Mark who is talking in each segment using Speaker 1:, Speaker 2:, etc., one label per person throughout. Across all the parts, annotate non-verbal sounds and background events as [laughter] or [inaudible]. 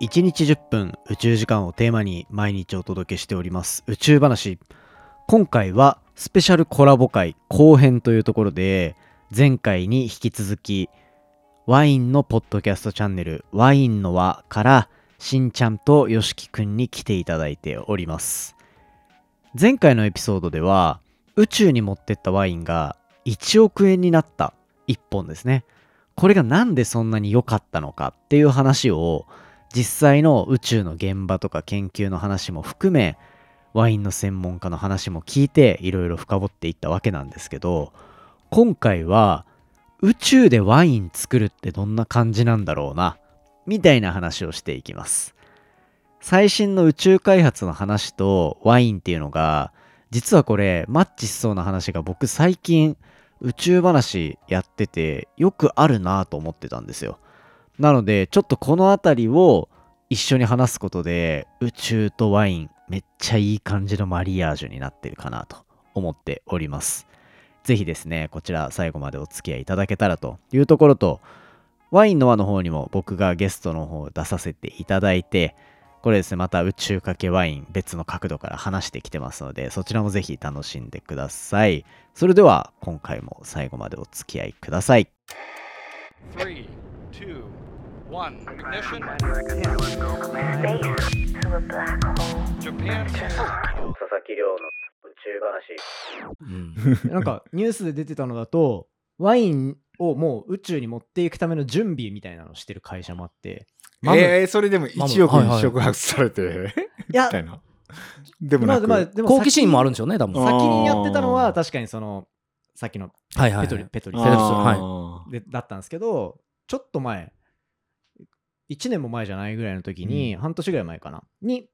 Speaker 1: 1日10分宇宙時間をテーマに毎日お届けしております宇宙話今回はスペシャルコラボ会後編というところで前回に引き続きワインのポッドキャストチャンネルワインの輪からしんちゃんとよしきくんに来ていただいております前回のエピソードでは宇宙に持ってったワインが1億円になった1本ですねこれがなんでそんなに良かったのかっていう話を実際の宇宙の現場とか研究の話も含めワインの専門家の話も聞いていろいろ深掘っていったわけなんですけど今回は宇宙でワイン作るってどんな感じなんだろうなみたいな話をしていきます最新の宇宙開発の話とワインっていうのが実はこれマッチしそうな話が僕最近宇宙話やっててよくあるなと思ってたんですよなのでちょっとこの辺りを一緒に話すことで宇宙とワインめっちゃいい感じのマリアージュになってるかなと思っておりますぜひですねこちら最後までお付き合いいただけたらというところとワインの輪の方にも僕がゲストの方を出させていただいてこれですねまた宇宙かけワイン別の角度から話してきてますのでそちらもぜひ楽しんでくださいそれでは今回も最後までお付き合いください
Speaker 2: Three, two, one. Ignition.
Speaker 1: 佐
Speaker 3: space to a black hole.
Speaker 2: Japan.
Speaker 1: 々木亮の宇宙話
Speaker 4: なんかニュースで出てたのだとワインをもう宇宙に持っていくための準備みたいなのをしてる会社もあってマム
Speaker 5: えー、それでも
Speaker 6: マム
Speaker 5: 1億
Speaker 6: はいは
Speaker 5: に
Speaker 6: い
Speaker 5: 触発されて、
Speaker 4: いや
Speaker 5: みたいな。でも
Speaker 4: ま
Speaker 5: な
Speaker 4: あ
Speaker 5: く、
Speaker 4: まあでも
Speaker 6: 好奇心もあるんでしょうね、多分。
Speaker 5: あ
Speaker 6: は
Speaker 4: 先にやってたのは確かにそのさっきの
Speaker 6: いはいは
Speaker 4: ペ
Speaker 6: い。
Speaker 4: トリペトリ
Speaker 6: あー
Speaker 4: でだったんですけどちょっと前1年も前じゃないぐらいの時に、半年ぐらい前かなに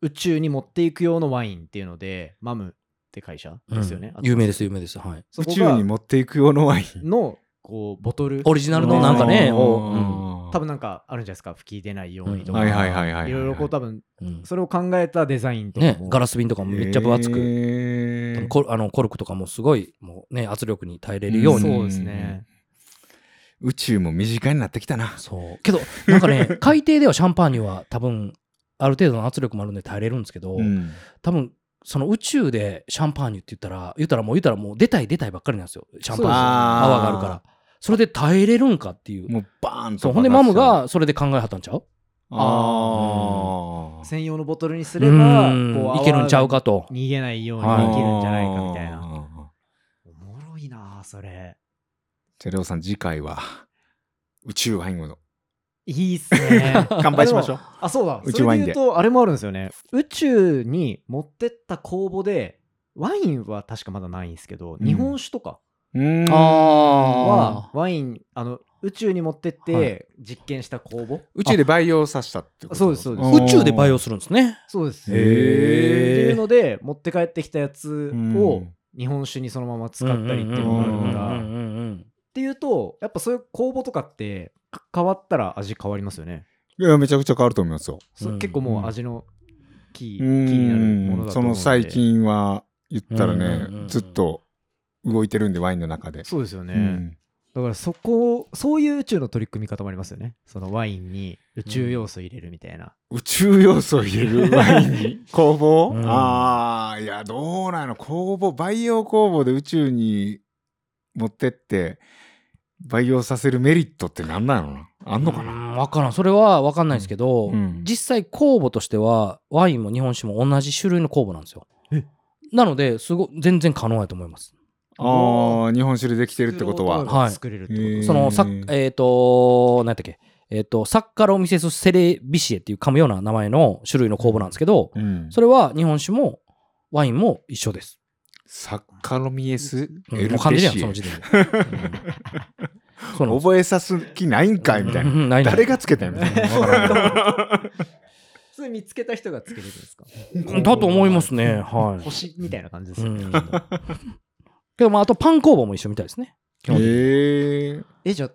Speaker 4: 宇宙に持っていく用のワインっていうのでマムって会社
Speaker 6: うん
Speaker 4: ですよね、あと
Speaker 6: 有名です、有名です。はい。
Speaker 4: そ
Speaker 5: 宇
Speaker 4: こ
Speaker 5: 宙
Speaker 4: が
Speaker 5: に持っていく用のワイン。
Speaker 4: のこうボトル
Speaker 6: オリジナル
Speaker 5: あ
Speaker 6: の
Speaker 5: ー
Speaker 6: なんかね、
Speaker 5: あー
Speaker 6: を
Speaker 4: 多分なんかあるんじゃないですか吹き出ないようにとか、
Speaker 6: うん
Speaker 5: はいはいはいはいはい。
Speaker 4: いろいろこう多分
Speaker 6: うんうん
Speaker 4: それを考えたデザインとかも、
Speaker 6: ね、ガラス瓶とかもめっちゃ分厚く、
Speaker 5: え
Speaker 6: 多
Speaker 5: ー
Speaker 6: 分コルあのコルクとかもすごいもう、ね、圧力に耐えれるように。
Speaker 4: そうですね、
Speaker 5: 宇宙も身近になってきたな。
Speaker 6: そうけど、なん
Speaker 4: [laughs]
Speaker 6: かね、海底ではシャンパーニュは多分ある程度の圧力もあるんで耐えれるんですけど、
Speaker 5: うん
Speaker 6: 多分その宇宙でシャンパーニュって言ったら、言ったらもう言ったらもう出たい出たいばっかりなんですよ、シャンパーニュ。
Speaker 5: あー
Speaker 6: 泡があるから。それで耐えれるんかっていう。
Speaker 5: もうバーンと。
Speaker 6: そうほんでマム、がそれで考えはったんちゃう
Speaker 5: あ
Speaker 4: 専用のボトルにすれば
Speaker 6: うん
Speaker 4: こ
Speaker 6: いけるんちゃうかと
Speaker 4: 泡が。逃げないように
Speaker 6: はい
Speaker 4: できるんじゃないかみたいな、
Speaker 5: な。
Speaker 4: おもろいなあそれ
Speaker 5: じゃあ、レオさん、次回は宇宙ワインをの。
Speaker 4: いいっす
Speaker 6: [laughs]
Speaker 4: ね
Speaker 5: 乾杯しましょう
Speaker 4: でもあそうだ
Speaker 5: 宇
Speaker 4: そ
Speaker 5: 宙
Speaker 4: れ
Speaker 5: ワ
Speaker 4: で
Speaker 5: イン
Speaker 4: 言
Speaker 5: で
Speaker 4: うとあれもあるんですよね宇宙に持ってった公募でワインは確かまだないんですけど、
Speaker 5: うん
Speaker 4: 日本酒とか
Speaker 5: うーん
Speaker 4: は
Speaker 6: あ
Speaker 4: ワインあの宇宙に持ってっ
Speaker 6: は
Speaker 4: て実験した公募、
Speaker 5: 宇宙で培養させたってこと
Speaker 4: そうですそうです
Speaker 6: 宇宙で培養
Speaker 5: す
Speaker 6: するんですね。
Speaker 4: そうです
Speaker 5: へ
Speaker 4: って
Speaker 5: ー
Speaker 4: いうので持って帰ってきたやつを日本酒にそのまま使ったりっていうのがあるから、
Speaker 6: うんうんうんうんうん
Speaker 4: っていうとやっぱそういう公募とかってか変わったら味変わりますよね、
Speaker 5: いや、めちゃくちゃ変わると思いますよ。
Speaker 4: そう
Speaker 6: うん
Speaker 4: 結構もう味のキー,、
Speaker 5: うん
Speaker 4: キーになるものだと
Speaker 5: そ
Speaker 4: 思うん
Speaker 5: の
Speaker 4: で
Speaker 5: 最近は言ったらね、
Speaker 6: うんうんうん
Speaker 5: ずっと動いてるんでワインの中で、
Speaker 4: そうですよね、
Speaker 5: うん
Speaker 4: だからそこをそういう宇宙の取り組み方もありますよねそのワインに宇宙要素入れるみたいな、
Speaker 5: 宇宙要素を入れるワインに工房、
Speaker 6: うん
Speaker 5: ああいやどうなの工房培養工房で宇宙に持ってって培養させるメリットって何なのなあんのかな、
Speaker 6: うんわからんそれは分かんないですけど、
Speaker 5: うん
Speaker 6: 実際酵母としてはワインも日本酒も同じ種類の酵母なんですよ
Speaker 4: え
Speaker 6: なのですご全然可能やと思います、
Speaker 5: ああ日本酒でできてるってことは
Speaker 6: はい
Speaker 4: 作れるってこと、
Speaker 5: へー
Speaker 6: そのさえっ、と何やったっけえっ、とサッカロミセスセレビシエっていう噛むような名前の種類の酵母なんですけど
Speaker 5: うん
Speaker 6: それは日本酒もワインも一緒です、
Speaker 5: サッカロミエス
Speaker 6: うん
Speaker 5: エル
Speaker 6: もう感
Speaker 5: ペ
Speaker 6: じるやん
Speaker 5: シエ
Speaker 6: その時
Speaker 5: [laughs]
Speaker 6: 点で、うんそうなんです
Speaker 5: 覚えさす気ないんかいみたいな
Speaker 6: うんないない
Speaker 5: 誰がつけたんやみたいな
Speaker 6: うんわからん
Speaker 4: それ見つけた人がつけれるんですか
Speaker 6: だと思いますねはい
Speaker 4: 星みたいな感じです
Speaker 6: う
Speaker 4: よ
Speaker 6: ん
Speaker 4: ね、
Speaker 6: けどまああとパン工房も一緒みたいですね基本的に
Speaker 5: へえ
Speaker 4: えじゃあ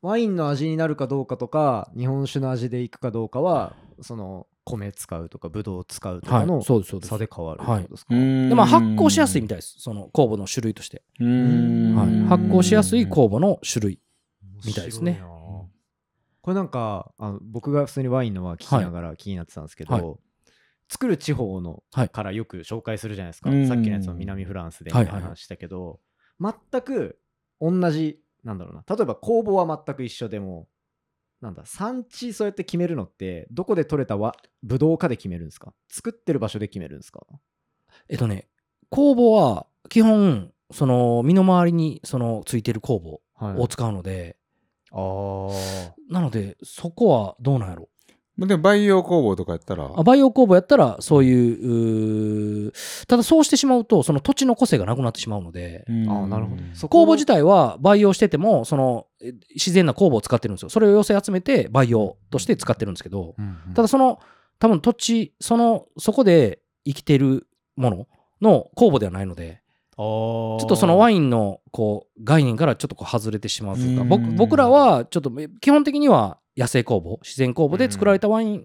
Speaker 4: ワインの味になるかどうかとか日本酒の味でいくかどうかはその米使うとかブドウ使うとか
Speaker 6: は
Speaker 4: の
Speaker 6: いそうですそうです
Speaker 4: 差で変わるってことですか、
Speaker 6: で
Speaker 5: で
Speaker 6: まあ発酵しやすいみたいですその酵母の種類として、
Speaker 5: うーん
Speaker 6: はい、発酵しやすい酵母の種類
Speaker 4: 面白
Speaker 6: みたいですね
Speaker 4: なあこれなんかあの僕が普通にワインのは聞きながら気になってたんですけど、
Speaker 6: はい
Speaker 4: 作る地方の、
Speaker 6: はい
Speaker 4: からよく紹介するじゃないですか、
Speaker 5: うん
Speaker 4: さっきのやつの南フランスでみたいな話したけど、全く同じなんだろうな例えば工房は全く一緒でもなんだ産地そうやって決めるのってどこで取れたわブドウかで決めるんですか作ってる場所で決めるんですか
Speaker 6: えっとね、酵母は基本、その身の回りにそのついてる酵
Speaker 4: はい
Speaker 6: 母を使うので、
Speaker 4: あー
Speaker 6: なのでそこはどうなんやろ
Speaker 5: まあでも培養工房とかやったら
Speaker 6: あ培養酵母やったらそういううーただそうしてしまうとその土地の個性がなくなってしまうので、
Speaker 5: うん
Speaker 4: あーなるほどそこ
Speaker 6: 酵母自体は培養しててもそのえ自然な酵母を使ってるんですよそれを寄せ集めて培養として使ってるんですけど、ただその多分土地そのそこで生きてるものの酵母ではないのでちょっとそのワインのこう概念からちょっとこう外れてしまうというか
Speaker 5: うん
Speaker 6: 僕僕らはちょっとえ基本的には野生酵母自然酵母で作られたワイン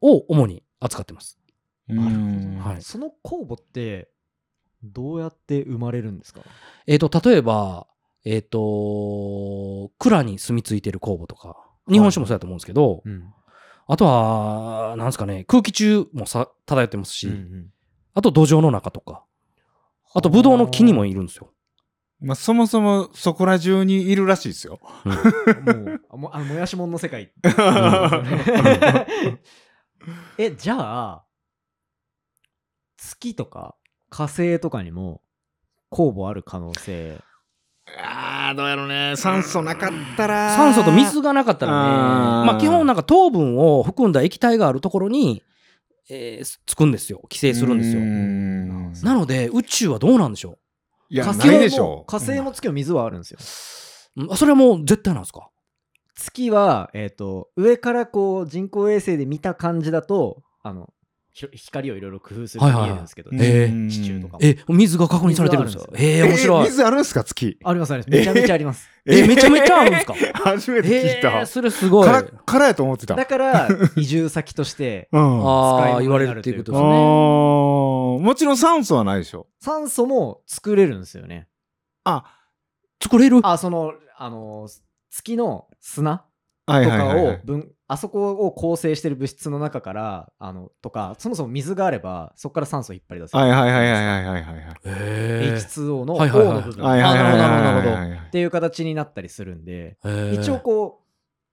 Speaker 6: を主に扱ってます。
Speaker 5: うん
Speaker 6: はい
Speaker 4: その酵母ってどうやって生まれるんですか
Speaker 6: えー、と例えば、えー、と蔵に住み着いてる酵母とか日本酒もそうだと思うんですけど、
Speaker 4: うん
Speaker 6: あとはなんですかね空気中もさ漂ってますし、
Speaker 4: うん
Speaker 6: あと土壌の中とかあとブドウの木にもいるんですよ。
Speaker 5: まあそもそもそこら中にいるらしいですよ
Speaker 4: もうあもうあのもやしもんの世界 [laughs] えじゃあ月とか火星とかにも酵母ある可能性
Speaker 5: あーどうやろうね酸素なかったら
Speaker 6: 酸素と水がなかったらね
Speaker 5: あー
Speaker 6: まあ、基本なんか糖分を含んだ液体があるところに、えーすつくんですよ寄生するんですよ
Speaker 5: す
Speaker 6: なので宇宙はどうなんでしょ
Speaker 5: いや
Speaker 4: 火
Speaker 5: ないでし
Speaker 4: 星も
Speaker 5: ょ
Speaker 4: 火星も月も水はあるんですよ、
Speaker 6: ううんそれはもう絶対なんですか
Speaker 4: 月は、えー、と上からこう人工衛星で見た感じだとあのひろ光をいろいろ工夫する
Speaker 6: はい
Speaker 4: と
Speaker 6: はいは
Speaker 4: 見え
Speaker 6: い
Speaker 4: るんですけど、
Speaker 5: うん
Speaker 6: え
Speaker 5: ー
Speaker 4: 地中とかも
Speaker 6: え水が確認されてるんですよへえ面白
Speaker 5: え
Speaker 6: い
Speaker 5: 水あるんですか月
Speaker 4: ありますありますめちゃめちゃあります、
Speaker 6: えめちゃめちゃあるんですか
Speaker 5: [laughs]
Speaker 6: [laughs]
Speaker 5: 初めて聞い
Speaker 6: へえ
Speaker 5: た
Speaker 6: それすごい
Speaker 5: からからやと思ってた
Speaker 4: だから移住先として
Speaker 5: うん
Speaker 6: ああ
Speaker 4: 使い
Speaker 6: 言
Speaker 4: 物
Speaker 6: わ
Speaker 4: に
Speaker 6: れ
Speaker 4: なる
Speaker 6: るっていうこと
Speaker 5: あ
Speaker 6: ですね
Speaker 5: ーもちろん酸素はないでしょ
Speaker 4: 酸素も作れるんですよね
Speaker 5: あ
Speaker 6: 作れる
Speaker 4: あそのあの月の砂
Speaker 5: はい
Speaker 4: と
Speaker 5: はい
Speaker 4: か
Speaker 5: はいは
Speaker 4: を
Speaker 5: い
Speaker 4: 分あそこを構成してる物質の中からあのとかそもそも水があればそこから酸素を引っ張り出せる、
Speaker 5: はいはいはいはいはいはいはいはい
Speaker 6: へ
Speaker 4: H2O の
Speaker 6: はいはい
Speaker 4: O
Speaker 6: はい
Speaker 4: の部分、
Speaker 5: はいはいはいはい
Speaker 6: あなるほどなるほど
Speaker 5: はいはいはい
Speaker 4: っていう形になったりするんで、
Speaker 6: え
Speaker 4: 一応こう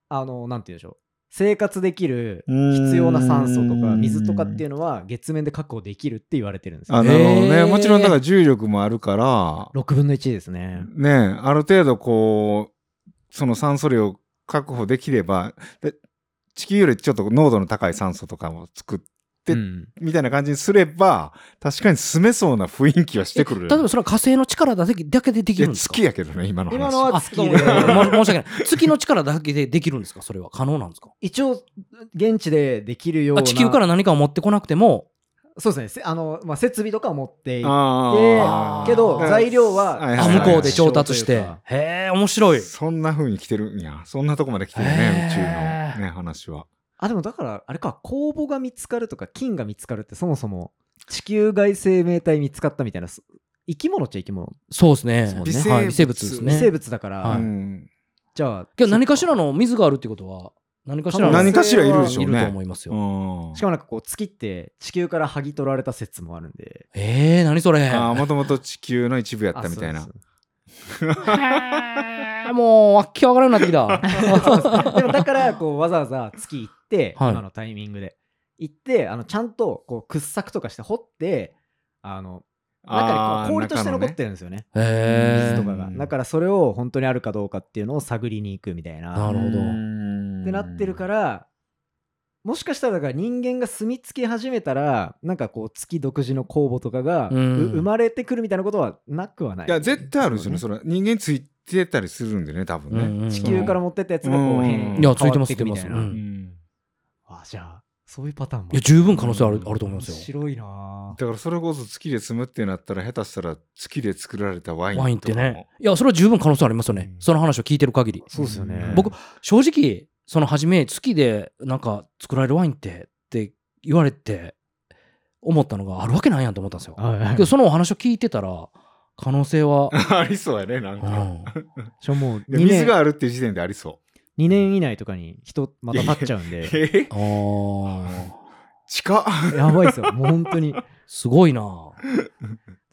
Speaker 4: あのなんて言うんでしょう生活できる
Speaker 5: うーん
Speaker 4: 必要な酸素とか水とかっていうのは月面で確保できるって言われてるんです
Speaker 5: あ
Speaker 4: よ
Speaker 5: なるほど
Speaker 6: へ
Speaker 5: ね
Speaker 6: ー
Speaker 5: もちろんだから重力もあるから
Speaker 4: 6分の1ですね
Speaker 5: ねえある程度こうその酸素量確保できればで地球よりちょっと濃度の高い酸素とかも作っで
Speaker 4: うん
Speaker 5: みたいな感じにすれば確かに住めそうな雰囲気はしてくる
Speaker 6: 例えばそれは火星の力だけだけででき
Speaker 5: いや
Speaker 6: るんですか
Speaker 5: 月やけどね今の話
Speaker 4: 今のは
Speaker 6: あ
Speaker 4: 月
Speaker 6: ごめん
Speaker 4: で
Speaker 6: ごめんごめん申し訳ない月の力だけでできるんですかそれは可能なんですか
Speaker 4: 一応現地でできるよう
Speaker 6: あ
Speaker 4: な
Speaker 6: 地球から何かを持ってこなくても
Speaker 4: そうですねせあの、まあ、設備とかは持っていって
Speaker 5: あー
Speaker 4: けど
Speaker 5: だから
Speaker 4: 材料は
Speaker 5: はいはい
Speaker 6: あ
Speaker 5: はい
Speaker 6: 向こうで調達し
Speaker 4: そう
Speaker 6: て
Speaker 4: いうか
Speaker 6: へえ面白い
Speaker 5: そんな風に来てるんやそんなとこまで来てる
Speaker 6: へ
Speaker 5: ね宇宙
Speaker 6: ー
Speaker 5: のね話は
Speaker 4: あでもだからあれか酵母が見つかるとか菌が見つかるってそもそも地球外生命体見つかったみたいなそ生き物っちゃ生き物、
Speaker 6: そうですね。
Speaker 5: 微生物
Speaker 6: はい微生物ですね。
Speaker 4: 微生物だから、
Speaker 6: はいううん
Speaker 5: ん
Speaker 4: じゃあ
Speaker 6: けど何かしらの水があるってことは、何かしらの
Speaker 5: 何かしらいるでしょ
Speaker 6: いうると
Speaker 5: ね
Speaker 6: 思います
Speaker 5: う
Speaker 6: よ。
Speaker 5: ん
Speaker 4: しかもなんかこう月って地球から剥ぎ取られた説もあるんで
Speaker 6: えー、何それ。
Speaker 5: ああ
Speaker 6: へ
Speaker 5: もともと地球の一部やったみたい
Speaker 4: あ
Speaker 5: な
Speaker 4: そうです
Speaker 6: [laughs] ーもう、わっきわからんようにな [laughs] ってきた。
Speaker 4: [laughs] でもだからこうわざわざ月行って、
Speaker 6: はい
Speaker 4: 今のタイミングで行ってあのちゃんとこう掘削とかして掘ってあの中にこう氷として残ってるんですよね
Speaker 6: へ
Speaker 4: 水
Speaker 5: ー
Speaker 4: と
Speaker 6: ー
Speaker 4: かがだからそれを本当にあるかどうかっていうのを探りに行くみたい
Speaker 6: な
Speaker 4: な
Speaker 6: るほど
Speaker 5: っ
Speaker 4: ってなってるからもしかしたらだから人間が住み着き始めたらなんかこう月独自の酵母とかがう
Speaker 6: うん
Speaker 4: 生まれてくるみたいなことはなくはない
Speaker 5: いや絶対あるでしょうねそれ人間ついてたりするんでね多分
Speaker 6: うんうん
Speaker 5: ね
Speaker 6: うん
Speaker 4: 地球から持ってったやつがこ
Speaker 5: う
Speaker 4: うん変
Speaker 5: い
Speaker 6: やついてます
Speaker 4: 変わっくみた
Speaker 6: ついてますうん
Speaker 5: うん
Speaker 4: あじゃあそういうパターンも
Speaker 6: いや、十分可能性あるあると思いますよ。
Speaker 4: 白いなぁ
Speaker 5: だからそれこそ月で住むってなったら下手したら月で作られたワインとかも
Speaker 6: ワインってね。いや、それは十分可能性ありますよね。
Speaker 5: うん
Speaker 6: その話を聞いてる限り。
Speaker 4: そうですよね
Speaker 6: 僕正直、その初め、月でなんか作られるワインってって言われて、思ったのがあるわけないやんと思ったんですよ。
Speaker 4: はいはい
Speaker 6: けど、そのお話を聞いてたら、可能性は。
Speaker 5: ありそうやねなんか
Speaker 6: うん
Speaker 4: じゃあもう
Speaker 5: いや
Speaker 4: 2
Speaker 5: 水
Speaker 4: 年
Speaker 5: があるっていう時点でありそ
Speaker 4: 2年以内とかに人また立っちゃうんで、
Speaker 5: え
Speaker 6: ああ。
Speaker 5: 近っ
Speaker 4: やばいですよ、もう本当に。
Speaker 6: すごいな。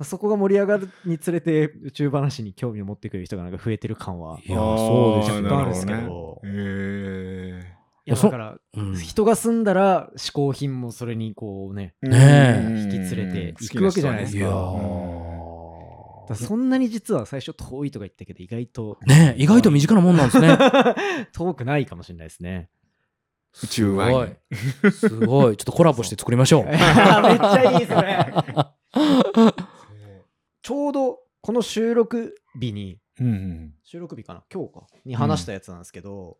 Speaker 4: そこが盛り上がるにつれて、宇宙話に興味を持ってくれる人がなんか増えてる感はい
Speaker 6: や、そうです
Speaker 5: あ
Speaker 4: 若
Speaker 5: ー
Speaker 4: 干
Speaker 5: な
Speaker 4: あ
Speaker 5: る
Speaker 4: るんで
Speaker 5: ほど
Speaker 4: すけ
Speaker 5: ね
Speaker 4: ど、
Speaker 5: え
Speaker 4: いや
Speaker 6: そ
Speaker 4: だから、
Speaker 6: うん
Speaker 4: 人が住んだら嗜好品もそれにこうね、
Speaker 5: え
Speaker 6: ね
Speaker 4: え引き連れて行くわけじゃないです
Speaker 6: い
Speaker 4: か
Speaker 6: や
Speaker 4: だからそんなに実は最初遠いとか言ったけど、意外 [laughs] と
Speaker 6: ね意外と身近なもんなんで
Speaker 4: [laughs]
Speaker 6: すね。
Speaker 4: 遠くないかもしれないですね。
Speaker 5: 宇宙ワイン
Speaker 6: すごい。すごい。ちょっとコラボして作りましょう
Speaker 4: め。っちゃいいですね。 [laughs] ちょうどこの収録日に、
Speaker 5: うん
Speaker 4: 収録日かな今日かに話したやつなんですけど、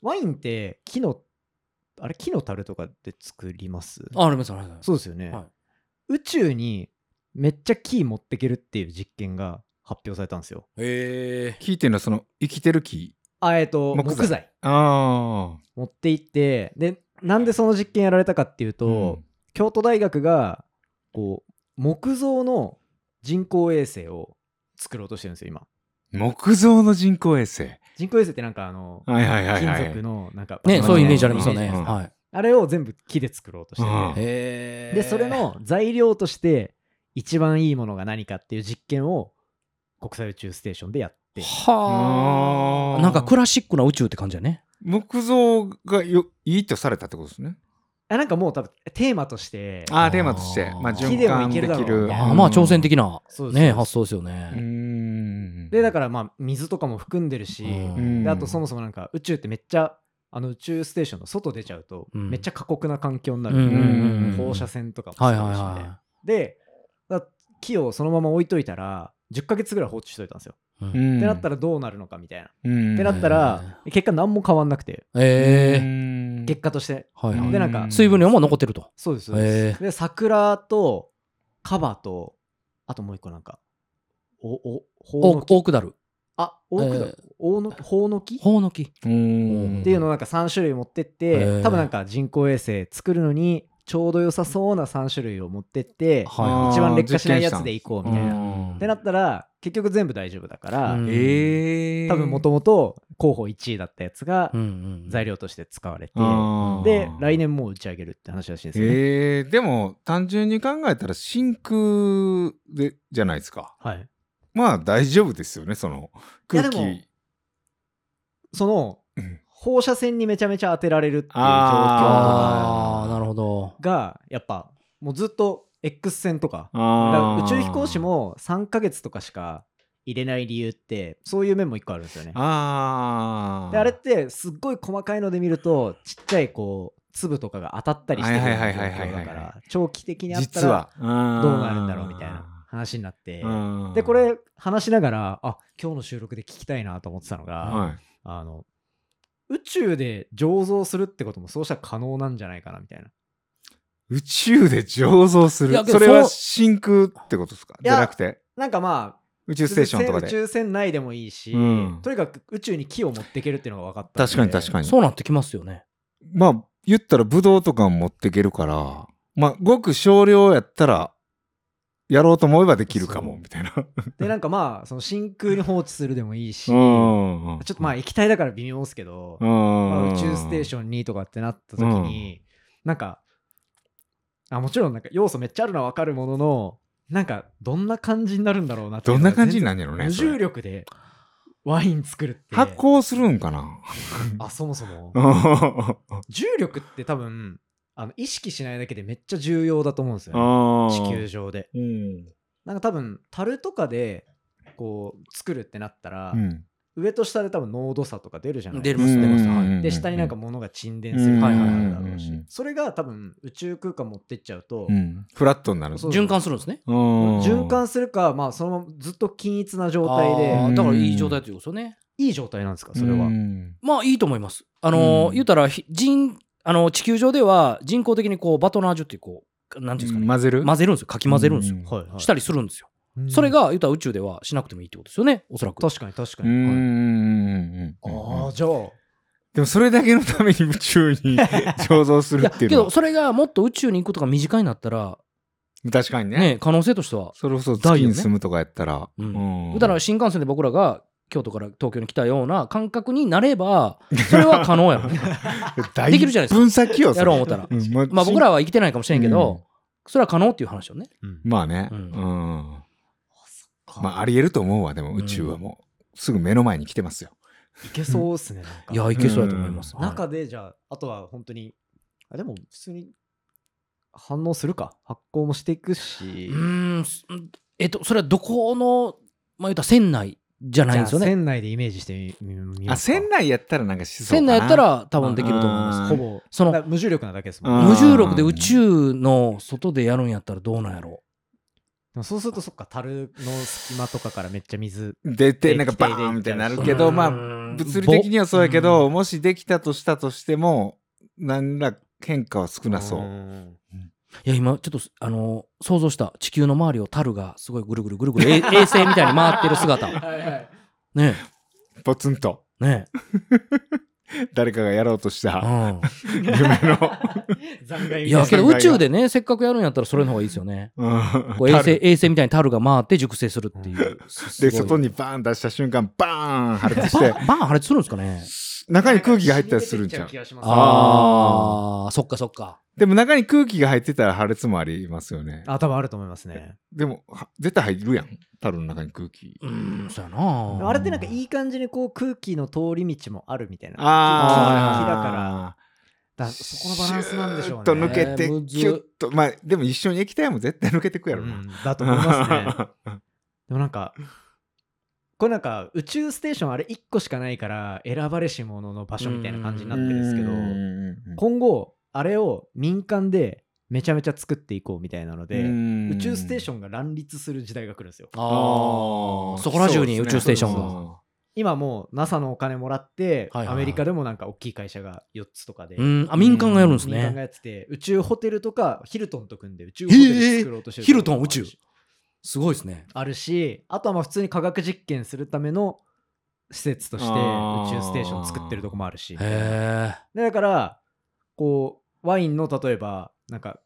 Speaker 4: ワインって木の、あれ木の樽とかで作ります
Speaker 6: あ、ありますあります。
Speaker 4: そうですよね、
Speaker 6: はい
Speaker 4: 宇宙にめっちゃ木持ってけるっていう実験が発表されたんですよ。
Speaker 6: へ
Speaker 5: 木っていうのはその生きてる木
Speaker 4: あ、えっ、と、木
Speaker 5: 木
Speaker 4: 材
Speaker 5: 材ああ
Speaker 4: 持って行って、で、なんでその実験やられたかっていうと、京都大学がこう木造の人工衛星を作ろうとしてるんですよ今
Speaker 5: 木造の人工衛星
Speaker 4: 人工衛星ってなんかあの、
Speaker 5: はいはいはいは
Speaker 4: 金
Speaker 5: い
Speaker 4: 属のなんか、
Speaker 6: え。ねそういうイメージありますよ
Speaker 5: う
Speaker 6: ね。
Speaker 5: んうん
Speaker 6: は
Speaker 4: あれを全部木で作ろうとしてて、
Speaker 5: うん
Speaker 6: い。へえ。
Speaker 4: でそれ、の材料として一番いいものが何かっていう実験を国際宇宙ステーションでやって
Speaker 6: はあ。なんかクラシックな宇宙って感じやね。
Speaker 5: 木造がよいいとされたってことですね
Speaker 4: あなんかもう多分テーマとして
Speaker 5: ああテーマとして
Speaker 6: あー
Speaker 5: まあ
Speaker 6: 木
Speaker 5: 循
Speaker 4: でも
Speaker 5: 環
Speaker 4: いけ
Speaker 5: で
Speaker 4: るだろ
Speaker 5: き
Speaker 4: う
Speaker 5: る
Speaker 6: ああまあ挑戦的な
Speaker 4: そうですそ
Speaker 6: ね
Speaker 4: うです
Speaker 6: 発想ですよ
Speaker 5: う
Speaker 6: ね。
Speaker 5: ん
Speaker 4: でだ
Speaker 5: か
Speaker 4: からまあ水とかも含んでるし、
Speaker 6: うん
Speaker 4: であとそもそもなんか宇宙ってめっちゃあの宇宙ステーションの外出ちゃうと
Speaker 6: うん
Speaker 4: めっちゃ過酷な環境になる、
Speaker 6: うんうん
Speaker 5: うん
Speaker 4: 放射線とかも
Speaker 6: はい
Speaker 4: そう
Speaker 6: はい
Speaker 4: だしね
Speaker 6: は
Speaker 4: でだ木をそのまま置いといたら10ヶ月ぐらい放置しといたんですよ、
Speaker 6: い。
Speaker 5: うん
Speaker 4: ってなったらどうなるのかみたいな、
Speaker 5: うん
Speaker 4: ってなったら結果何も変わんなくて
Speaker 5: う
Speaker 6: ええ。
Speaker 5: ん
Speaker 4: 結果として
Speaker 6: はいは
Speaker 4: で
Speaker 6: い。
Speaker 4: なんか
Speaker 5: う
Speaker 6: 水分量も残ってると。
Speaker 4: そうですそうです、で桜とカバとあともう一個なんかおお
Speaker 6: お
Speaker 4: ほうの木
Speaker 6: 多くなる。
Speaker 4: あ大くだ、
Speaker 6: えー
Speaker 4: おうのほうの木
Speaker 6: ほうの木。
Speaker 5: うん
Speaker 4: っていうのをなんか3種類持ってって、
Speaker 6: へー
Speaker 4: 多分なんか人工衛星作るのにちょうど良さそうな3種類を持ってって
Speaker 5: あー
Speaker 4: 一番劣化しないやつでいこうみたいな。
Speaker 5: う
Speaker 4: っ
Speaker 5: ん
Speaker 4: てなったら結局全部大丈夫だから、
Speaker 6: うん
Speaker 5: ええ
Speaker 4: 多分もともと候補1位だったやつが
Speaker 6: うんうん。
Speaker 4: 材料として使われて、
Speaker 5: あー
Speaker 4: で来年もう打ち上げるって話らしいんですよね。
Speaker 5: えー、でも単純に考えたら真空でじゃないですか
Speaker 4: はい、
Speaker 5: まあ大丈夫ですよねその空
Speaker 4: いやでも
Speaker 5: 気
Speaker 4: その
Speaker 5: うん
Speaker 4: 放射線にめちゃめちゃ当てられるっていう状況
Speaker 5: あ
Speaker 6: ああ、なるほど。
Speaker 4: がやっぱもうずっと X 線とかだから
Speaker 5: あー
Speaker 4: 宇宙飛行士も3ヶ月とかしか入れない理由ってそういう面も1個あるんですよね。
Speaker 5: あー
Speaker 4: であれってすっごい細かいので見るとちっちゃいこう粒とかが当たったりしてるような
Speaker 5: はい
Speaker 4: 状
Speaker 5: はいはいはい
Speaker 4: 況
Speaker 5: はい
Speaker 4: だから長期的にあった
Speaker 5: 実
Speaker 4: ら
Speaker 5: は
Speaker 4: ど
Speaker 5: ど
Speaker 4: うなるんだろうみたいな話になってでこ、
Speaker 5: うん
Speaker 4: れ話しながらあ今日の収録で聞きたいなと思ってたのが
Speaker 5: はい、
Speaker 4: あの宇宙で醸造するってこともそうしたら可能なんじゃないかなみたいな。
Speaker 5: 宇宙で醸造す
Speaker 6: いや
Speaker 5: る
Speaker 6: けど
Speaker 5: それは
Speaker 6: そう
Speaker 5: 真空ってことですか
Speaker 4: い
Speaker 5: じ
Speaker 4: や
Speaker 5: ゃなくて
Speaker 4: なんかまあ
Speaker 5: 宇宙ステーションとか
Speaker 4: 宇
Speaker 5: で
Speaker 4: 宙船内でもいいし、
Speaker 5: うん
Speaker 4: とにかく宇宙に木を持っていけるっていうのが分かった
Speaker 5: 確かに確かに
Speaker 6: そうなってきますよね。
Speaker 5: まあ言ったらブドウとかも持っていけるからまあごく少量やったらやろうと思えばできるかも
Speaker 4: そう
Speaker 5: みたいな。
Speaker 4: にでなんかまあその真空に放置するでもいいし、
Speaker 5: [laughs] うん
Speaker 4: ちょっとまあ液体だから微妙ですけど、まあ
Speaker 5: あ
Speaker 4: 宇宙ステーシ
Speaker 5: ョン
Speaker 4: ョンにとかってなった時に、なんかあもちろんなんか要素めっちゃあるのは分かるもののなんかどんな感じになるんだろうなってい
Speaker 5: ど
Speaker 4: うんのが
Speaker 5: な感じになんやろう
Speaker 4: 全
Speaker 5: ね
Speaker 4: 然
Speaker 5: そ
Speaker 4: 無重
Speaker 5: れ
Speaker 4: 力でワイン作るって
Speaker 5: 発酵するんか [laughs] な
Speaker 4: あそもそも
Speaker 5: あ
Speaker 4: 重力って多分あの意識しないだけでめっちゃ重要だと思うんですよね
Speaker 5: ー
Speaker 4: 地球上で
Speaker 5: うん
Speaker 4: なんか多分樽とかでこう作るってなったら、
Speaker 5: うん
Speaker 4: 上と下で多分濃度差とか出るじゃない
Speaker 6: 出
Speaker 4: で
Speaker 6: る
Speaker 4: す
Speaker 6: ます出ます。
Speaker 5: うん
Speaker 6: はい
Speaker 5: うん
Speaker 4: で下になんか物が沈殿する
Speaker 5: うん
Speaker 4: とかあるだろう
Speaker 5: うんう
Speaker 4: し
Speaker 5: ん
Speaker 4: それが多分宇宙空間持ってっちゃうと、
Speaker 5: うんフラットになる
Speaker 4: そう
Speaker 6: 循環するんですね。
Speaker 5: うん
Speaker 4: 循環するか、まあ、そのままずっと均一な状態
Speaker 6: あ
Speaker 4: で
Speaker 6: ーだからいい状態ということですよね。
Speaker 4: いい状態なんですかそれは、
Speaker 5: うん
Speaker 6: まあいいと思います。あのー
Speaker 5: うん
Speaker 6: 言うたらひ人あの地球上では人工的にこうバトナージュっていうこうなんていうんですかね、
Speaker 5: 混ぜる
Speaker 6: 混ぜるんですよかき混ぜるんですよ、
Speaker 5: うん
Speaker 4: はいはい
Speaker 6: したりするんです
Speaker 4: う
Speaker 6: よ。
Speaker 4: ん
Speaker 6: それが言うたら宇宙ではしなくてもいいってことですよねおそらく。
Speaker 4: 確かに確か
Speaker 5: う
Speaker 4: に、
Speaker 5: んうん
Speaker 4: はい
Speaker 5: うんうん
Speaker 4: ああじゃあ
Speaker 5: でもそれだけのために
Speaker 4: [laughs]
Speaker 5: 宇宙に [laughs] 醸造す
Speaker 6: い
Speaker 5: る
Speaker 6: や
Speaker 5: って
Speaker 6: け
Speaker 5: いうの
Speaker 6: ど
Speaker 5: は
Speaker 6: それがもっと宇宙に行くことが身近になったら、
Speaker 5: 確かにね
Speaker 6: ね、可能性としては、
Speaker 5: それこそ月に住むとかやったら、
Speaker 6: だよね
Speaker 5: うん
Speaker 6: 言うたら新幹線で僕らが京都から東京に来たような感覚になればそれは可能やろ
Speaker 5: [laughs] 大
Speaker 6: できるじゃないですか
Speaker 5: 分先よ、それ
Speaker 6: やろう思ったら
Speaker 5: うん
Speaker 6: まあ僕らは生きてないかもしれんけど、
Speaker 5: うん
Speaker 6: それは可能っていう話よね
Speaker 5: まあね。う。
Speaker 6: うんん
Speaker 5: まあ、ありえると思うわ、でも宇宙はもう、すぐ目の前に来てますよ。
Speaker 4: いけそうっすね。なんか
Speaker 6: いやいけそうやと思います、はい
Speaker 4: 中でじゃああとは本当にあでも普通に反応するか発酵もしていくし
Speaker 6: うーんすえっとそれはどこのまあ言うたら船内じゃないんですよ
Speaker 4: じゃあ
Speaker 6: ね
Speaker 4: 船内でイメージしてみみみ
Speaker 5: あ、
Speaker 4: ますか
Speaker 5: 船内やったらなんかしそう
Speaker 6: 船
Speaker 5: かな
Speaker 6: 内やった、ら多分できると思い
Speaker 5: うん
Speaker 6: ま
Speaker 4: ほぼ
Speaker 6: すそ
Speaker 4: だか
Speaker 6: の
Speaker 4: ら無重力なだけですも
Speaker 5: うん
Speaker 4: ん、
Speaker 6: 無重力で宇宙の外でやるんやったらどうなんやろ
Speaker 4: でもそうするとそっか樽の隙間とかからめっちゃ水
Speaker 5: 出て、なんか
Speaker 4: 液体
Speaker 5: バ
Speaker 4: で
Speaker 5: ーンみたいにな
Speaker 6: う
Speaker 5: る
Speaker 4: 行っ
Speaker 5: け
Speaker 4: ちゃ
Speaker 5: ど、
Speaker 4: う
Speaker 5: まあ、
Speaker 6: 物
Speaker 5: 物理的に
Speaker 6: は
Speaker 5: はそうやけど、もしできたとしたとしても、何ら変化は少なそうう。
Speaker 4: ん
Speaker 6: いや今ちょっとあの想像した地球の周りをタルがすごいぐるぐるぐるぐるえ
Speaker 5: [laughs]
Speaker 6: 衛星みたいに回ってる姿ね
Speaker 5: ポツンと、
Speaker 6: えね
Speaker 5: 誰かがやろうとし
Speaker 6: え、う
Speaker 5: た
Speaker 6: ん、
Speaker 5: 夢の。
Speaker 4: 残骸み
Speaker 6: い
Speaker 4: た
Speaker 6: やけど
Speaker 5: 考え
Speaker 6: 宇
Speaker 5: が
Speaker 6: 宙でねせっかくやるんやったらそれの方がいいですよね
Speaker 5: うん
Speaker 6: こう衛
Speaker 5: [laughs]
Speaker 6: 星衛星みたいにタルが回って熟成するっていうすす
Speaker 5: で、
Speaker 6: ごい
Speaker 5: 外にバーン出した瞬間、バーン破裂し
Speaker 6: バ
Speaker 5: て、
Speaker 6: ンバン破裂するんですかね
Speaker 5: 中に空気が入ったりするんじゃん。
Speaker 4: あ
Speaker 6: ああそっかそっか
Speaker 5: でも中に空気が入ってたら破裂もありますよね
Speaker 4: ー。あ多分あると思いますね
Speaker 5: でも、は絶対入るやん。樽の中に空気。
Speaker 6: うーんそうやな
Speaker 4: あれってなんかいい感じにこう空気の通り道もあるみたいな気
Speaker 5: ああ。
Speaker 4: だからだそこのバランスなんでしょうね
Speaker 5: シューッと抜け
Speaker 6: えーむ
Speaker 5: て、
Speaker 6: ず
Speaker 5: キュッと。まあ、でも一緒に液体も絶対抜けてくやろ
Speaker 4: う
Speaker 5: な。
Speaker 4: んだと思いますね
Speaker 5: [laughs] ね。
Speaker 4: でもなんか、これなんか宇宙ステーションあれ1個しかないから選ばれし者の場所みたいな感じになってるんですけど、
Speaker 5: ど、
Speaker 4: 今後あれを民間でめちゃめちゃ作っていこうみたいなので、
Speaker 5: 宇
Speaker 4: 宇宙ステーシ
Speaker 5: ョン。
Speaker 4: ョンが乱立する時代が来るんですよ。
Speaker 6: あーそこら中に宇宙ステーションが
Speaker 5: が。
Speaker 4: 今もう NASA のお金もらって、
Speaker 6: はいはいはい
Speaker 4: アメリカでもなんか大きい会社が4つとかで、
Speaker 6: うんあ民間がやるんです
Speaker 4: 民間が
Speaker 6: ね
Speaker 4: やってて、宇宙ホテルとかヒルトンと組んで宇宙ホテル作ろうとしてる
Speaker 6: へーヒルトン宇
Speaker 4: とこ
Speaker 6: 宙
Speaker 4: ろもあるし
Speaker 6: すごいですね
Speaker 4: あるしあとはまあ普通に科学実験するための施設として宇
Speaker 5: あー
Speaker 4: 宙ステーション作ってるとこもあるし
Speaker 6: へ
Speaker 4: でだからこうワインの例えばなんか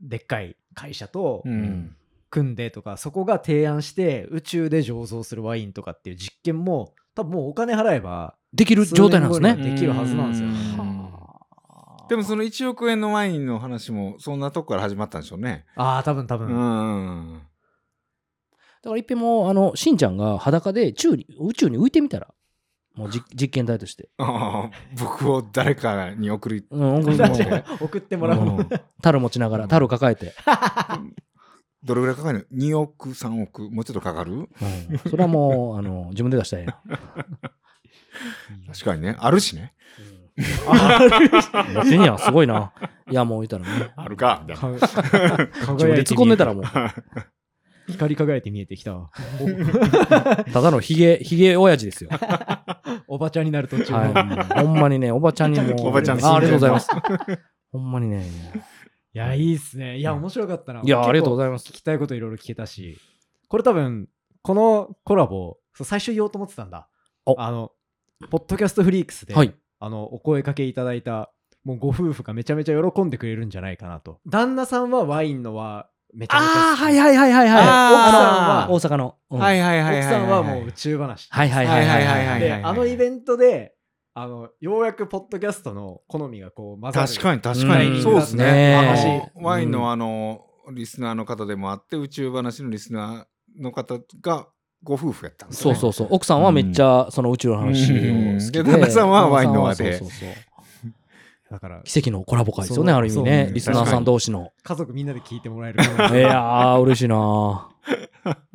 Speaker 4: でっかい会社と
Speaker 5: う
Speaker 6: えうんん
Speaker 4: 組んでとか、そこが提案して宇宙で醸造するワインとかっていう実験も多分もうお金払えば
Speaker 6: できる状態なんです
Speaker 4: 数
Speaker 6: ね
Speaker 4: 年後にはできるはずなんですよね
Speaker 5: う
Speaker 4: は
Speaker 5: んでもその1億円のワインの話もそんなとこから始まったんでしょうね。
Speaker 4: ああ多分多
Speaker 5: う
Speaker 4: 分、
Speaker 5: ん。
Speaker 6: だから一遍もあのしんちゃんが裸で宙に宇宙に浮いてみたらもう [laughs] じ実験台として、
Speaker 5: ああ [laughs] 僕を誰かに送り
Speaker 6: うん、音
Speaker 5: ん
Speaker 6: 楽
Speaker 4: 確
Speaker 6: も
Speaker 4: かに [laughs] 送ってもらうの、
Speaker 5: うん
Speaker 6: タル持ちながらタル抱えて、
Speaker 5: どれぐらいかかるの ?2 億、3億、もうちょっとかかる
Speaker 6: うんそれはもうあの自分で出したらえ
Speaker 5: 確かにね。あるしね。
Speaker 6: え [laughs] やん持ってんやすごいないやもう言ったらね
Speaker 5: あるか。みたいな
Speaker 4: か
Speaker 6: [laughs] 自分
Speaker 4: 輝
Speaker 6: で
Speaker 4: いて
Speaker 6: 突っ込んでたら
Speaker 4: 見
Speaker 6: もう
Speaker 4: えて光り輝いて見えてきたわ
Speaker 6: ただのヒゲヒゲ親父です [laughs] よ
Speaker 4: お [laughs] ばちゃんになる途中の、
Speaker 6: はい、ほんまにね、おばちゃんにも。
Speaker 5: おばちゃん
Speaker 6: あありがとうございます。ほんまにね。
Speaker 4: いや、いいっすね。いや、面白かったな。
Speaker 6: いや、ありがとうご
Speaker 4: ざい
Speaker 6: ざいま
Speaker 4: ます
Speaker 6: す。
Speaker 4: 聞きたいこといろいろ聞けたし、これ多分、このコラボ、そう最初言おうと思ってたんだ。
Speaker 6: お
Speaker 4: あの、ポッドキャストフリークスで、
Speaker 6: はい。
Speaker 4: あの、お声かけいただいた、もうご夫婦がめちゃめちゃ喜んでくれるんじゃないかなと。旦那さんはワインのはめちゃめちゃ好き。
Speaker 6: ああ、はいはいはいはいはい。
Speaker 5: あー
Speaker 6: 奥さんは大阪の。うん
Speaker 5: はいはいはいはいい。
Speaker 4: 奥さんはもう宇宙話。
Speaker 6: はいはいはいはい
Speaker 5: はいはい
Speaker 6: は
Speaker 5: はい
Speaker 6: い。
Speaker 4: で、あのイベントで、あの、ようやくポッドキャストの好みがこう混ざる。
Speaker 5: 確かに確か
Speaker 6: う
Speaker 5: に。
Speaker 6: ん
Speaker 5: そうですね
Speaker 6: ね。
Speaker 5: あのワインのあの、リスナーの方でもあって、宇宙話のリスナーの方がご夫婦やったんです
Speaker 6: そ
Speaker 5: ね。
Speaker 6: うそうそう。奥さんはめっちゃその宇宙の話を好きで。
Speaker 5: うんで旦那さんはワインの輪で
Speaker 6: そうそうそう
Speaker 4: だから、
Speaker 6: 奇跡のコラボ会ですよね、
Speaker 4: そう
Speaker 6: ある意味
Speaker 5: そ
Speaker 6: ね
Speaker 5: う。
Speaker 6: リスナーさん同士の。
Speaker 4: 家族みんなで聞いてもらえる。
Speaker 6: いやー、嬉しいなー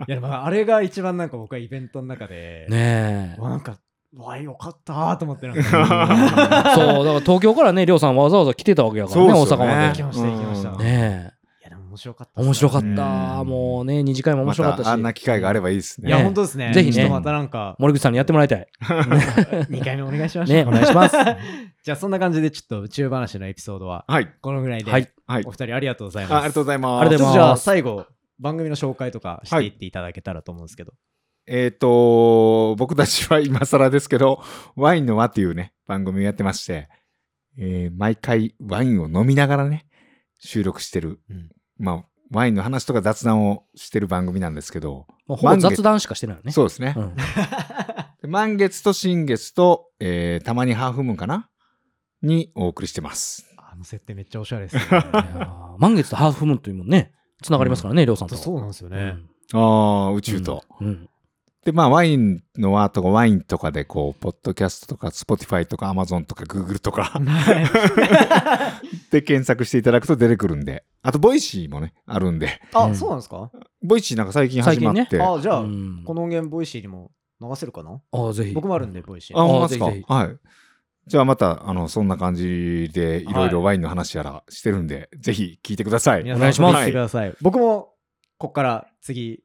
Speaker 4: いやまああれが一番なんか僕はイベントの中で、
Speaker 6: ねえ。
Speaker 4: わなんかわよかったーと思ってなん
Speaker 6: うんそう、だ
Speaker 4: か
Speaker 6: [laughs] から東京からね、りょうさんわざわざ来てたわけやからね、
Speaker 5: そう
Speaker 6: 大
Speaker 5: っすよ
Speaker 6: 阪
Speaker 5: ね
Speaker 6: ま
Speaker 4: 行きました行きました、
Speaker 6: で。ねえ。
Speaker 4: いやでも面白かった
Speaker 6: 面白かっ
Speaker 5: う
Speaker 6: た。
Speaker 5: ん
Speaker 6: もうね、二次会も面
Speaker 5: ま
Speaker 6: 白かったたし。
Speaker 5: あんな機会があればいいです
Speaker 4: い
Speaker 5: ね。
Speaker 4: や
Speaker 6: ね
Speaker 4: 本当ですね
Speaker 6: ぜひね
Speaker 4: ちょっとまたなんか
Speaker 6: 森口さんにやってもらいたい。
Speaker 4: 2回目お願いしましょう
Speaker 6: ね、お願いします。あ
Speaker 4: じゃあそんな感じでちょっと宇宙話のエピソードは
Speaker 5: はい。
Speaker 4: このぐらいで、
Speaker 6: はい
Speaker 5: はい
Speaker 4: お。二人ありがとうございます
Speaker 5: あありがとうございます。
Speaker 6: ありがとう
Speaker 4: ちょっ
Speaker 6: ございます
Speaker 4: とじゃあ最後番組の紹介とかしていっていただけたらと思うんですけど、
Speaker 5: えっ、と、僕たちは今更ですけど、ワインの輪っていうね、番組をやってまして、えー毎回ワインを飲みながらね、収録してる、
Speaker 4: うん
Speaker 5: まあ、ワインの話とか雑談をしてる番組なんですけど、
Speaker 6: もうほぼ雑談しかしてないよね。
Speaker 5: そうですね。
Speaker 6: うん
Speaker 5: で満月と新月と、えーたまにハーフムーンかなにお送りしてます。
Speaker 7: あの設定めっちゃおしゃれですよ
Speaker 6: [laughs]
Speaker 7: ね
Speaker 6: いやー満月とハーフムーンというもんね、つながりますからね、りょうさんと。
Speaker 7: そうなんですよ
Speaker 6: う
Speaker 7: ね。
Speaker 6: ん
Speaker 5: ああ、宇宙と。
Speaker 6: うん
Speaker 5: で、まあ、ワインのワーとか、ワインとかで、こう、ポッドキャストとか、スポティファイとか、アマゾンとか、グーグルとかで検索していただくと出てくるんで。あと、ボイシーもね、あるんで。
Speaker 6: うん
Speaker 7: あ、そうなんですか
Speaker 5: ボイシーなんか最近始まって。
Speaker 6: 最近
Speaker 5: あ、
Speaker 7: あ、じゃあ
Speaker 6: う、ん
Speaker 7: この音源ボイシーにも流せるかな
Speaker 6: あーぜひ。
Speaker 7: 僕もあるんで、ボイシー。
Speaker 5: ほんまですか
Speaker 6: ぜひぜひ
Speaker 5: はい。じゃあ、また、あの、そんな感じで、いろいろワインの話やらしてるんで、ぜひ聞いてください。
Speaker 7: 皆さん
Speaker 6: お願いします
Speaker 7: 聞てください。僕も、ここから次、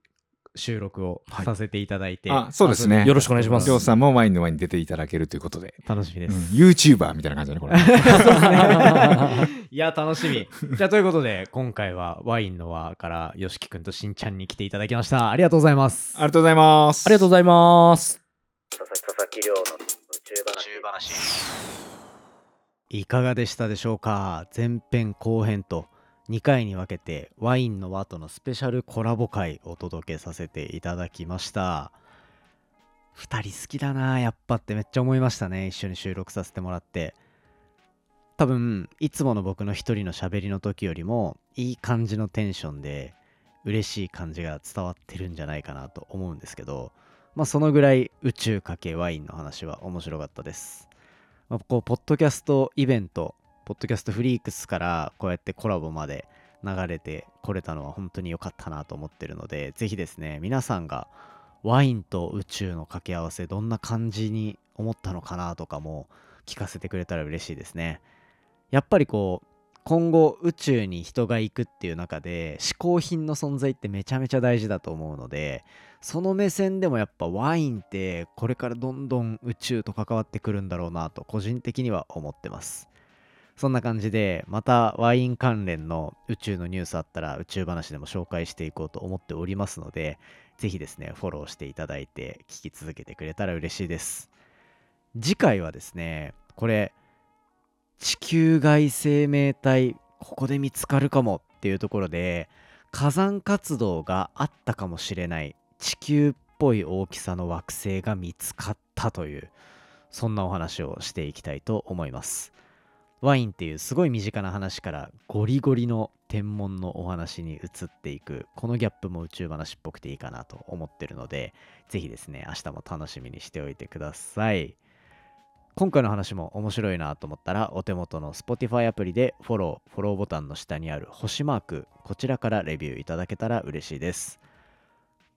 Speaker 7: 収録をさせていただいて、
Speaker 5: あ、そうですね。
Speaker 6: よろしくお願いします
Speaker 5: りょうさんもワインのワインに出ていただけるということで。
Speaker 7: 楽しみで
Speaker 5: う
Speaker 6: [laughs]
Speaker 5: ん
Speaker 7: す。
Speaker 5: YouTuber みたいな感じだね、これ。
Speaker 6: [laughs]
Speaker 7: いや、楽しみ。じゃあ、ということで、今回はワインの輪から、よしきくんとしんちゃんに来ていただきました。ありがとうございます。
Speaker 5: ありがとうございます。
Speaker 6: ありがとうございます。
Speaker 4: いかがでしたでしょうか前編後編と2回に分けてワインの輪とのスペシャルコラボ会お届けさせていただきました2人好きだなやっぱってめっちゃ思いましたね一緒に収録させてもらって多分いつもの僕の一人の喋りの時よりもいい感じのテンションで嬉しい感じが伝わってるんじゃないかなと思うんですけどまあそのぐらい宇宙かけワインの話は面白かったですまあ、こうポッドキャストイベントポッドキャストフリークスからこうやってコラボまで流れてこれたのは本当に良かったなと思ってるのでぜひですね皆さんがワインと宇宙の掛け合わせどんな感じに思ったのかなとかも聞かせてくれたら嬉しいですねやっぱりこう今後宇宙に人が行くっていう中で嗜好品の存在ってめちゃめちゃ大事だと思うのでその目線でもやっぱワインってこれからどんどん宇宙と関わってくるんだろうなと個人的には思ってますそんな感じでまたワイン関連の宇宙のニュースあったら宇宙話でも紹介していこうと思っておりますのでぜひですねフォローしていただいて聞き続けてくれたら嬉しいです次回はですねこれ地球外生命体ここで見つかるかもっていうところで火山活動があったかもしれない地球っぽい大きさの惑星が見つかったというそんなお話をしていきたいと思いますワインっていうすごい身近な話からゴリゴリの天文のお話に移っていくこのギャップも宇宙話っぽくていいかなと思ってるのでぜひですね明日も楽しみにしておいてください今回の話も面白いなと思ったらお手元の Spotify アプリでフォローフォローボタンの下にある星マークこちらからレビューいただけたら嬉しいです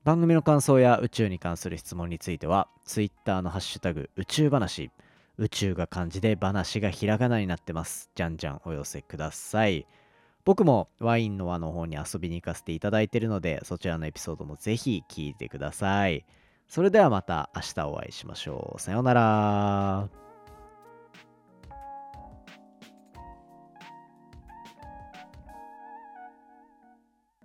Speaker 4: 番組の感想や宇宙に関する質問については Twitter の「ハッシュタグ宇宙話」宇宙が漢字で話がひらがなになってますじゃんじゃんお寄せください僕もワインの輪の方に遊びに行かせていただいているのでそちらのエピソードもぜひ聞いてくださいそれではまた明日お会いしましょうさようなら